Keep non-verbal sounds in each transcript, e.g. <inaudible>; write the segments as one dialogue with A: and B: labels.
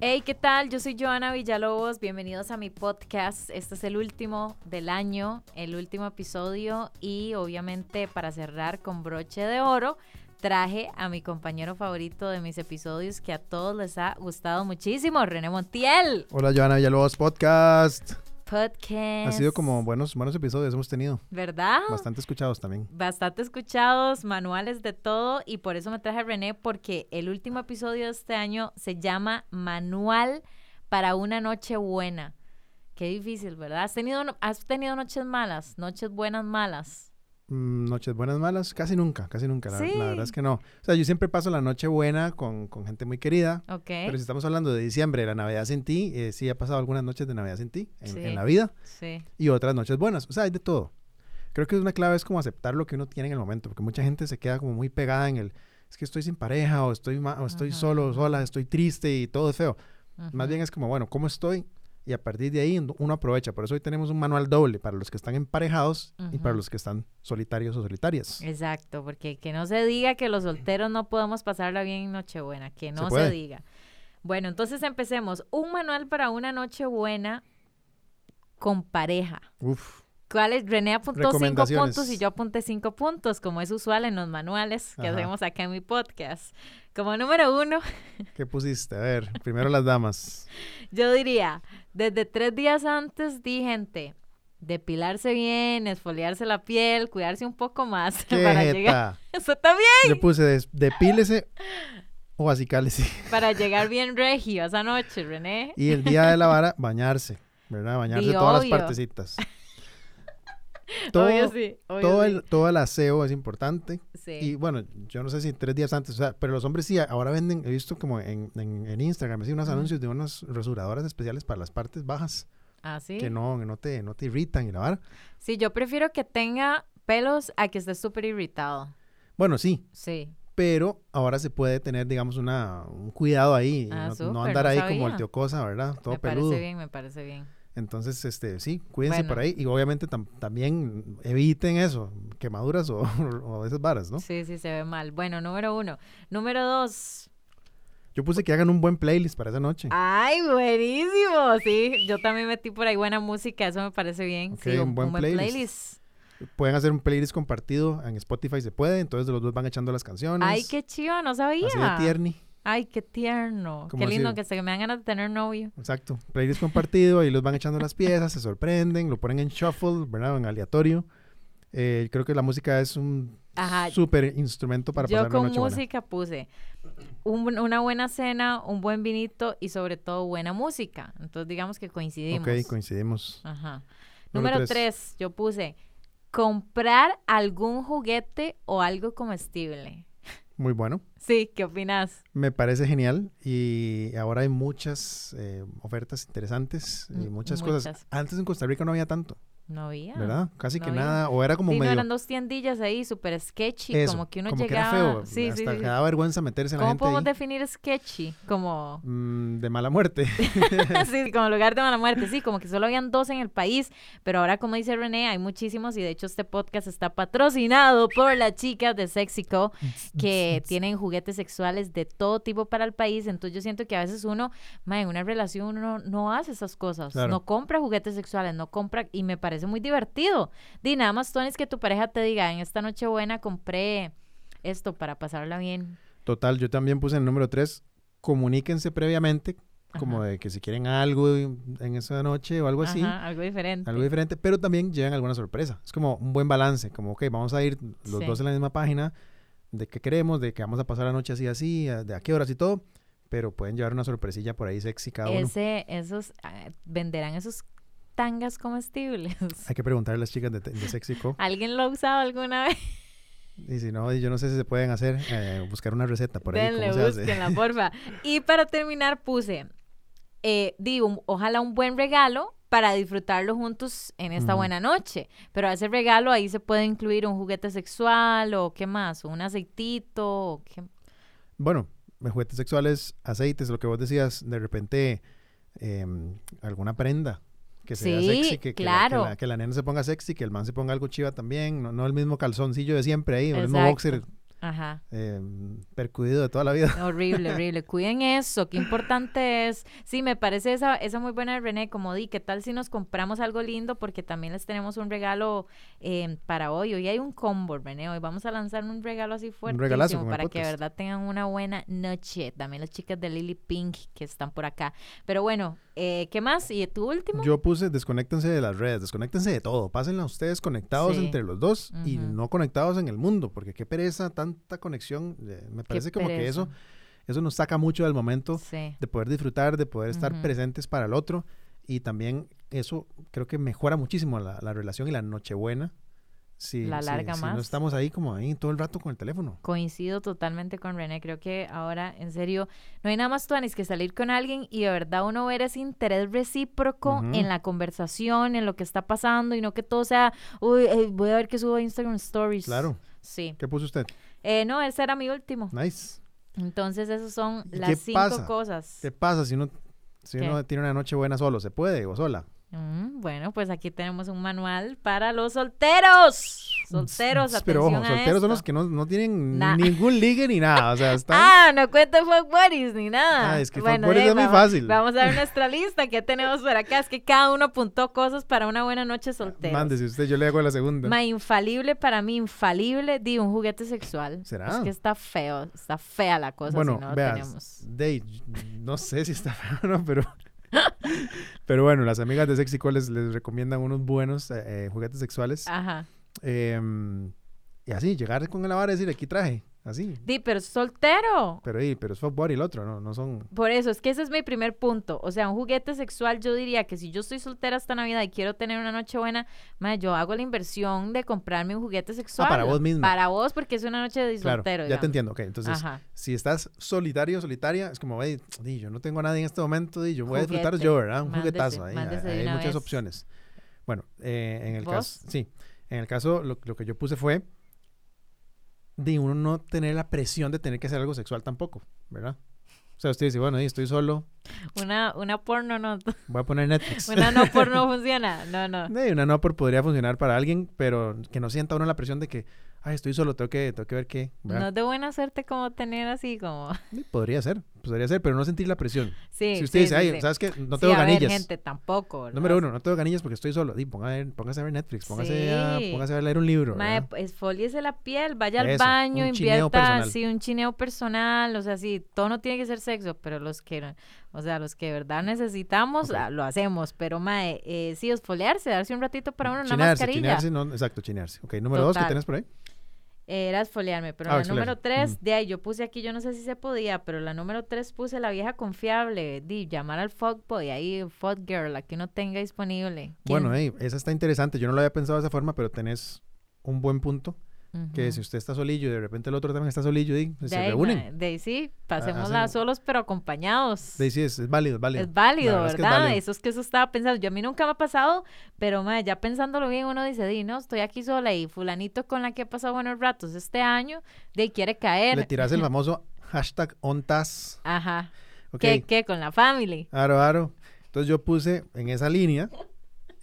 A: Hey, ¿qué tal? Yo soy Joana Villalobos. Bienvenidos a mi podcast. Este es el último del año, el último episodio. Y obviamente, para cerrar con broche de oro, traje a mi compañero favorito de mis episodios que a todos les ha gustado muchísimo, René Montiel.
B: Hola, Joana Villalobos Podcast.
A: Podcast.
B: Ha sido como buenos, buenos episodios hemos tenido.
A: ¿Verdad?
B: Bastante escuchados también.
A: bastante escuchados, manuales de todo y por eso me traje a René porque el último episodio de este año se llama Manual para una noche buena. Qué difícil, ¿verdad? Has tenido, has tenido noches malas, noches buenas malas.
B: Mm, Noches buenas, malas, casi nunca, casi nunca. La, la
A: Sí.
B: verdad es que no. O sea, yo siempre paso la noche buena con, con gente muy querida.
A: ¿Ok?
B: Pero si estamos hablando de diciembre, la Navidad sin ti, eh, sí ha pasado algunas noches de Navidad sin ti en,
A: Sí.
B: en la vida
A: Sí.
B: y otras noches buenas. O sea, hay de todo. Creo que una clave es como aceptar lo que uno tiene en el momento, porque mucha gente se queda como muy pegada en el, es que estoy sin pareja o estoy, ma- o estoy
A: Ajá.
B: solo, sola, estoy triste y todo es feo. Más
A: Ujú.
B: bien es como, bueno, ¿cómo estoy? Y a partir de ahí uno aprovecha. Por eso hoy tenemos un manual doble para los que están emparejados y
A: Ujú.
B: para
A: Eh.
B: los que están solitarios o solitarias.
A: Exacto, porque que no se diga que los solteros no podemos pasarla bien en Nochebuena, que no se,
B: puede.
A: diga. Bueno, entonces empecemos. Un manual para una Nochebuena con pareja.
B: Uf,
A: ¿Cuál es? René apuntó cinco
B: Recomendaciones.
A: puntos y yo apunté cinco puntos, como es usual en los manuales que
B: Ajá.
A: hacemos acá en mi podcast. Como número uno, <laughs>
B: ¿qué pusiste? A ver, primero las damas.
A: yo diría, desde tres días antes di gente, depilarse bien, esfoliarse la piel, cuidarse un poco más <laughs> <laughs>
B: ¿Qué
A: para
B: jeta?
A: llegar. Eso también,
B: Yo puse des- depílese o acicálese.
A: para llegar bien regio esa noche, René.
B: Y el día de la vara, bañarse. ¿Verdad? Bañarse
A: Di
B: todas
A: obvio.
B: las partecitas. Todo,
A: <laughs> obvio sí, obvio
B: todo,
A: sí.
B: el, todo el aseo es importante.
A: Sí.
B: Y bueno, yo no sé si tres días antes, o sea, pero los hombres sí, ahora venden, he visto como en, en, en Instagram, así unos
A: Ajá.
B: anuncios de unas rasuradoras especiales para las partes bajas,
A: Ah, sí.
B: que no, que no te, no te irritan y la vara.
A: Sí, yo prefiero que tenga pelos a que esté súper irritado.
B: Bueno, sí,
A: Sí.
B: pero ahora se puede tener, digamos, una, un cuidado ahí, y
A: Ah,
B: no, no
A: súper,
B: andar
A: no
B: ahí
A: sabía.
B: como el cosa, ¿verdad? Todo
A: me
B: peludo.
A: parece bien, me parece bien.
B: Entonces, este, sí, cuídense por
A: Bueno.
B: ahí y obviamente tam- también eviten eso, quemaduras o, <laughs> o esas varas, ¿no?
A: Sí, sí, se ve mal. Bueno, número uno. Número dos.
B: Yo puse que hagan un buen playlist para esa noche.
A: ¡Ay, buenísimo! Sí, yo también metí por ahí buena música, eso me parece bien.
B: Ok,
A: sí,
B: un buen playlist. Pueden hacer un playlist compartido en Spotify, se puede. Entonces los dos van echando las canciones.
A: ¡Ay, qué chido! No sabía.
B: Así de tierni.
A: ¡Ay, qué tierno!
B: Como
A: Qué lindo
B: así.
A: que se me dan ganas de tener novio.
B: Exacto. Playlist compartido, ahí los van echando las piezas, se sorprenden, lo ponen en shuffle, ¿verdad? En aleatorio. Eh, creo que la música es un
A: Ajá.
B: súper instrumento para
A: yo
B: pasar la
A: con
B: noche buena.
A: música puse un- una buena cena, un buen vinito y sobre todo buena música. Entonces digamos que coincidimos.
B: Ok, coincidimos.
A: Ajá.
B: Número
A: Número
B: tres.
A: tres, yo puse comprar algún juguete o algo comestible.
B: Muy bueno.
A: Sí, ¿qué opinas?
B: Me parece genial y ahora hay muchas eh, ofertas interesantes y
A: Mm,
B: muchas,
A: muchas.
B: cosas. Antes en Costa Rica no había tanto,
A: No había.
B: ¿verdad? Casi
A: no
B: que
A: había.
B: nada, o era como
A: Sí, no
B: medio...
A: eran dos tiendillas ahí, súper sketchy,
B: eso,
A: como que uno
B: era
A: llegaba.
B: feo,
A: sí, sí,
B: hasta
A: sí.
B: me da vergüenza meterse en la
A: ¿Cómo
B: gente
A: podemos
B: ahí.
A: definir sketchy?
B: <laughs>
A: Como, <laughs>
B: Mm, de mala muerte.
A: sí, como lugar de mala muerte, sí, como que solo habían dos en el país, pero ahora como dice René, hay muchísimos y de hecho este podcast está patrocinado por las chicas de Sexico. <laughs>
B: <laughs>
A: que tienen juguetes sexuales de todo tipo para el país. Entonces yo siento que a veces uno, ma, en una relación uno no hace esas cosas,
B: Claro.
A: no compra juguetes sexuales, no compra y me parece muy divertido. Di nada más Tony es que tu pareja te diga, en esta noche buena compré esto para pasarla bien.
B: Total, yo también puse el número 3, comuníquense previamente, como
A: Ajá.
B: de que si quieren algo en esa noche o algo así,
A: Ajá, algo diferente.
B: algo diferente, pero también lleven alguna sorpresa. Es como un buen balance, como, ok, vamos a ir los
A: Sí.
B: dos en la misma página, de qué queremos, de que vamos a pasar la noche así, así, a- de a qué horas y todo, pero pueden llevar una sorpresilla por ahí sexy cada uno.
A: Ese, esos, ah, venderán esos tangas comestibles. <laughs>
B: Hay que preguntarle a las chicas de, de Sexico.
A: ¿Alguien lo ha usado alguna vez?
B: Y si no, yo no sé si se pueden hacer, eh, buscar una receta por ahí.
A: Denle,
B: ¿cómo se hace?
A: búsquenla, porfa. Y para terminar, puse, eh, di, un- ojalá un buen regalo para disfrutarlo juntos en esta
B: Ujú.
A: buena noche. Pero a ese regalo ahí se puede incluir un juguete sexual o qué más, un aceitito, o qué-
B: <laughs> Bueno, juguetes sexuales, aceites, lo que vos decías, de repente eh, alguna prenda que sea
A: Sí,
B: sexy, que, que la- que
A: claro.
B: la, que la nena se ponga sexy, que el man se ponga algo chiva también, no, no el mismo calzoncillo de siempre ahí, o el mismo
A: Exacto.
B: boxer
A: Ajá.
B: eh, percudido de toda
A: <laughs>
B: la vida.
A: Horrible, horrible. Cuiden eso, qué importante es. Sí, me parece esa, esa muy buena de René, como di, ¿qué tal si nos compramos algo lindo? Porque también les tenemos un regalo eh, para hoy. Hoy hay un combo, René. Hoy vamos a lanzar un regalo así fuerte
B: regalazo con el
A: para que de
B: podcast.
A: verdad tengan una buena noche. También las chicas de Lily Pink que están por acá. Pero bueno, eh, ¿qué más? ¿Y tu último?
B: Yo puse desconéctense de las redes, desconéctense de todo, pásenla ustedes conectados
A: Sí.
B: entre los dos y
A: Ujú.
B: no conectados en el mundo, porque qué pereza, tanta conexión, eh, me
A: Qué
B: parece como que eso,
A: pereza.
B: eso nos saca mucho del momento
A: Sí.
B: de poder disfrutar, de poder estar
A: Ujú.
B: presentes para el otro y también eso creo que mejora muchísimo la, la relación y la nochebuena. Si,
A: La
B: si-
A: alarga
B: si
A: más.
B: no estamos ahí como ahí todo el rato con el teléfono.
A: Coincido totalmente con René. Creo que ahora, en serio, no hay nada más tuanis que salir con alguien y de verdad uno ver ese interés recíproco
B: Ujú.
A: en la conversación, en lo que está pasando y no que todo sea, uy, eh, voy a ver qué subo a Instagram Stories.
B: Claro.
A: Sí.
B: ¿Qué puso usted?
A: Eh, no, ese era mi último.
B: Nice.
A: Entonces, esas son
B: ¿Y
A: las
B: qué
A: cinco
B: pasa?
A: cosas.
B: ¿Qué pasa si uno, si
A: ¿Qué?
B: uno tiene una noche buena solo? ¿Se puede o sola?
A: Mm, bueno, pues aquí tenemos un manual para los solteros. Solteros, atención
B: <laughs> Pero ojo,
A: a
B: solteros son los
A: esto.
B: que no, no tienen
A: Na-
B: ningún ligue ni
A: <laughs>
B: nada. O sea, están.
A: Ah, no cuenta fuck buddies ni nada.
B: Ah, es que fuck
A: Bueno,
B: buddies
A: de-
B: es muy
A: vamos-
B: fácil.
A: Vamos
B: <laughs>
A: a ver nuestra lista que tenemos por acá. Es que cada uno apuntó cosas para una buena noche soltera.
B: Mándese usted, yo le hago la segunda.
A: Ma infalible para mí, infalible, di un juguete sexual.
B: ¿Será?
A: Es que está feo, está fea la cosa
B: bueno,
A: si no lo
B: veas,
A: tenemos.
B: Dey, no sé si está <laughs> feo o no, pero. pero bueno, las amigas de Sexy Call les, les recomiendan unos buenos eh, eh, juguetes sexuales.
A: Ajá.
B: Em, y así, llegar con el vara y decir, aquí traje. Así.
A: Di, pero es soltero.
B: Pero, y, pero es fuckboy y el otro, ¿no? No son.
A: Por eso, es que ese es mi primer punto. O sea, un juguete sexual, yo diría que si yo estoy soltera esta Navidad y quiero tener una noche buena, ma, yo hago la inversión de comprarme un juguete sexual.
B: Ah, para vos misma.
A: Para vos, porque es una noche de
B: Claro,
A: soltero.
B: ya te
A: digamos.
B: entiendo. Ok, entonces,
A: Ajá.
B: si estás solitario, solitaria, es como, "Ey, di, yo no tengo a nadie en este momento, di, yo voy
A: Juguete.
B: a disfrutar yo, ¿verdad? Un
A: Mándese,
B: juguetazo. ahí,
A: mándese de
B: hay
A: una vez.
B: muchas opciones. Bueno, eh, en el
A: ¿Vos?
B: caso, sí, en el caso lo, lo que yo puse fue de uno no tener la presión de tener que hacer algo sexual tampoco, ¿verdad? O sea, usted dice, bueno, di, estoy solo,
A: Una, una porno
B: <laughs>
A: no, <laughs>
B: voy a poner Netflix. <laughs>
A: una no porno funciona. No, no.
B: Di, una no por podría funcionar para alguien, pero que no sienta uno la presión de que, ay, estoy solo, tengo que, tengo que ver qué,
A: No
B: ¿verdad?
A: es de buena suerte como tener así como... <laughs>
B: Di, Podría ser, podría ser, pero no sentir la presión.
A: Sí,
B: si usted
A: sí,
B: dice,
A: sí,
B: ay,
A: sí.
B: ¿sabes qué? No
A: Sí,
B: tengo
A: a ver,
B: ganillas.
A: gente, tampoco. ¿verdad?
B: Número uno, no tengo ganillas porque estoy solo. Di, ponga a ver- póngase a ver Netflix, póngase, a,
A: Sí.
B: póngase a leer un libro.
A: Mae,
B: ¿verdad?
A: pues, esfóliese la piel, vaya al
B: Eso,
A: baño,
B: un chineo
A: invierta,
B: personal.
A: sí, un chineo personal, o sea, sí, todo no tiene que ser sexo, pero los que, no- o sea, los que de verdad necesitamos,
B: Ok.
A: ah, lo hacemos, pero mae, eh, sí, esfoliarse, darse un ratito para uno, una
B: Chinearse,
A: mascarilla.
B: chinearse, no, exacto, chinearse. Ok, número dos,
A: Total.
B: ¿qué tenés por ahí?
A: Era esfoliarme, pero
B: Ah,
A: la
B: exfoliarse.
A: número tres, de ahí yo puse aquí, yo no sé si se podía, pero la número tres puse la vieja confiable, di, llamar al fuckboy, ahí, fuckgirl, la que uno tenga disponible. ¿Quién?
B: Bueno, ey, esa está interesante. Yo no lo había pensado de esa forma, pero tenés un buen punto. eh, Que
A: Ujú.
B: si usted está solillo y de repente el otro también está solillo, di,
A: De
B: se
A: ahí,
B: reúnen. Ah,
A: mae, de ahí sí, pasémosla
B: hacen-
A: solos, pero acompañados.
B: Di, sí, es, es válido, es válido.
A: Es válido,
B: La
A: ¿verdad?
B: verdad es que es válido.
A: Eso es que eso estaba pensando. Yo a mí nunca me ha pasado, pero mae, ya pensándolo bien, uno dice, di, no, estoy aquí sola y fulanito con la que he pasado buenos ratos este año, de ahí quiere caer.
B: Le
A: <laughs>
B: tirás el famoso hashtag ontas.
A: Ajá.
B: Ok,
A: ¿Qué, ¿Qué? Con la family.
B: aro, aro. Entonces yo puse en esa línea,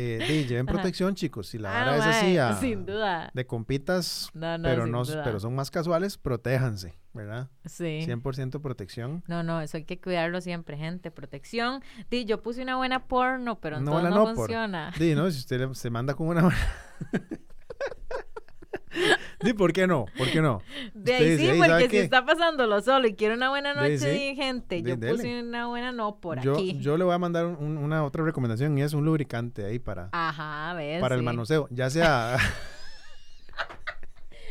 B: eh,
A: <laughs>
B: di, lleven
A: Ajá.
B: protección, chicos. Si la
A: Ah,
B: vara es así,
A: mae,
B: a-
A: Sin duda.
B: de compitas,
A: No, no,
B: pero,
A: sin
B: no,
A: duda.
B: pero son más casuales, protéjanse, ¿verdad?
A: Sí.
B: 100% protección.
A: No, no, eso hay que cuidarlo siempre, gente. Protección. Di, yo puse una buena porno, pero
B: Una
A: entonces
B: buena
A: no,
B: no por- <laughs>
A: funciona.
B: Di, ¿no? Si usted le- se manda con una... Di, ¿por qué no? ¿Por qué no?
A: De
B: Usted
A: ahí sí,
B: dice, "Ey, ¿sabe
A: porque si
B: qué?
A: está pasándolo solo y quiere una buena
B: De-
A: noche,
B: sí.
A: di, gente,
B: De-
A: yo
B: dele.
A: puse una buena no por
B: yo,
A: aquí.
B: yo le voy a mandar un- una otra recomendación y es un lubricante ahí para,
A: Ajá, ¿ves?
B: para el
A: Ah, Sí.
B: manoseo. Ya sea,
A: <laughs>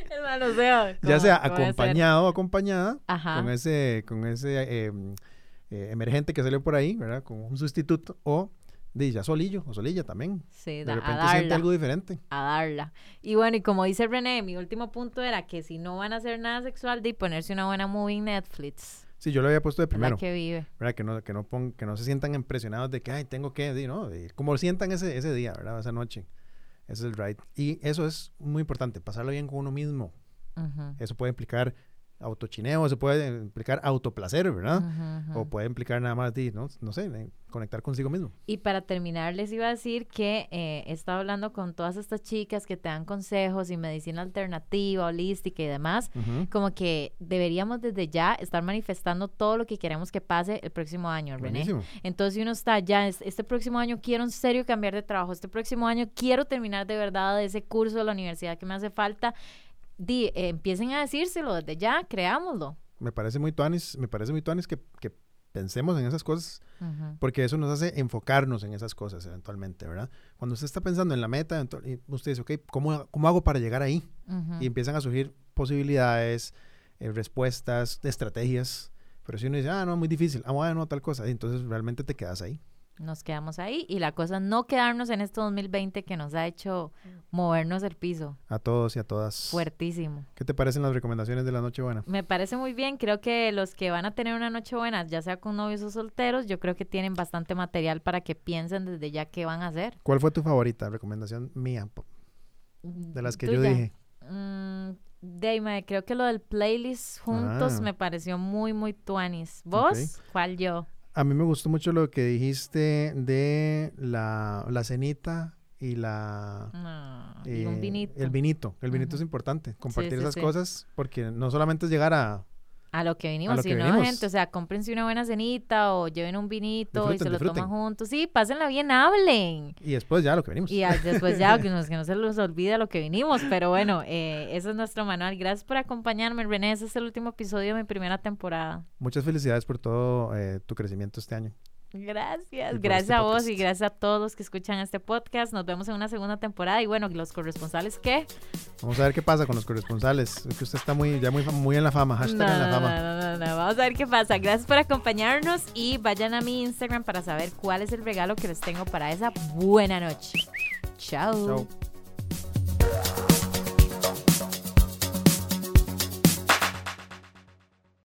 A: El manoseo.
B: ya
A: ¿cómo-
B: sea
A: cómo debe ser?
B: acompañado o acompañada
A: Ajá.
B: con ese, con ese eh, eh, emergente que salió por ahí, ¿verdad? Con un sustituto o... Di, ya solillo o solilla también.
A: Sí,
B: De
A: da- a
B: repente siente
A: darla,
B: algo diferente.
A: a darla. Y bueno, y como dice René, mi último punto era que si no van a hacer nada sexual, de ponerse una buena movie en Netflix.
B: Sí, yo lo había puesto de
A: Primero.
B: primero.
A: La que vive.
B: ¿verdad? Que no, que no, pon- que no se sientan impresionados de que, ay, tengo que, di, ¿no? De- Como sientan ese, ese día, ¿verdad? Esa noche. Ese es el right. Y eso es muy importante, pasarlo bien con uno mismo.
A: Ujú.
B: Eso puede implicar autochineo, eso puede implicar autoplacer, ¿verdad?
A: Ujú, ujú.
B: O puede implicar nada más, de, no, no sé, de conectar consigo mismo.
A: Y para terminar, les iba a decir que eh, he estado hablando con todas estas chicas que te dan consejos y medicina alternativa, holística y demás.
B: Ujú.
A: Como que deberíamos desde ya estar manifestando todo lo que queremos que pase el próximo año, René.
B: Buenísimo.
A: Entonces, si uno está ya, es- este próximo año quiero en serio cambiar de trabajo, este próximo año quiero terminar de verdad ese curso de la universidad que me hace falta, di, eh, empiecen a decírselo desde ya, creámoslo.
B: Me parece muy tuanis, me parece muy tuanis que, que pensemos en esas cosas,
A: Ujú.
B: porque eso nos hace enfocarnos en esas cosas eventualmente, ¿verdad? Cuando usted está pensando en la meta, ento- y usted dice, ok, ¿cómo, ¿cómo hago para llegar ahí?
A: Ujú.
B: y empiezan a surgir posibilidades, eh, respuestas, estrategias. Pero si uno dice, ah, no, muy difícil, ah, bueno, tal cosa, y entonces realmente te quedas ahí.
A: Nos quedamos ahí y la cosa es no quedarnos en este 2020 que nos ha hecho movernos el piso
B: A todos y a todas.
A: fuertísimo.
B: ¿Qué te parecen las recomendaciones de la Nochebuena?
A: Me parece muy bien, creo que los que van a tener una noche buena, ya sea con novios o solteros, yo creo que tienen bastante material para que piensen desde ya qué van a hacer.
B: ¿Cuál fue tu favorita? Recomendación mía, po- de las que yo dije.
A: Mm, dey, mae, creo que lo del playlist juntos
B: Ah.
A: me pareció muy, muy tuanis. ¿Vos? ¿Cuál yo?
B: A mí me gustó mucho lo que dijiste de la, la cenita y la...
A: No, Ah, y un
B: eh,
A: vinito.
B: El vinito. El vinito es
A: Ujú.
B: importante. Compartir
A: sí,
B: esas
A: sí.
B: cosas, porque no solamente es llegar a,
A: a lo que vinimos,
B: lo
A: si
B: que
A: no,
B: vinimos.
A: gente, o sea, cómprense una buena cenita o lleven un vinito y
B: Disfruten,
A: se lo
B: disfruten.
A: toman juntos. Sí, pásenla bien, hablen.
B: y después ya a lo que venimos.
A: Y a- después
B: <laughs>
A: ya, que, nos- que no se los olvide lo que vinimos, pero bueno, eh, ese es nuestro manual. Gracias por acompañarme, René. Ese es el último episodio de mi primera temporada.
B: Muchas felicidades por todo eh, tu crecimiento este año.
A: Gracias,
B: por
A: gracias
B: este
A: a vos
B: podcast.
A: y gracias a todos los que escuchan este podcast. Nos vemos en una segunda temporada y bueno, los corresponsales qué?
B: Vamos a ver qué pasa con los corresponsales. Es que usted está muy, ya muy, fam- muy en la fama. Hashtag
A: No,
B: en la
A: no,
B: fama.
A: no, no, no, no. Vamos a ver qué pasa. Gracias por acompañarnos y vayan a mi Instagram para saber cuál es el regalo que les tengo para esa buena noche. Chao.
B: Chao.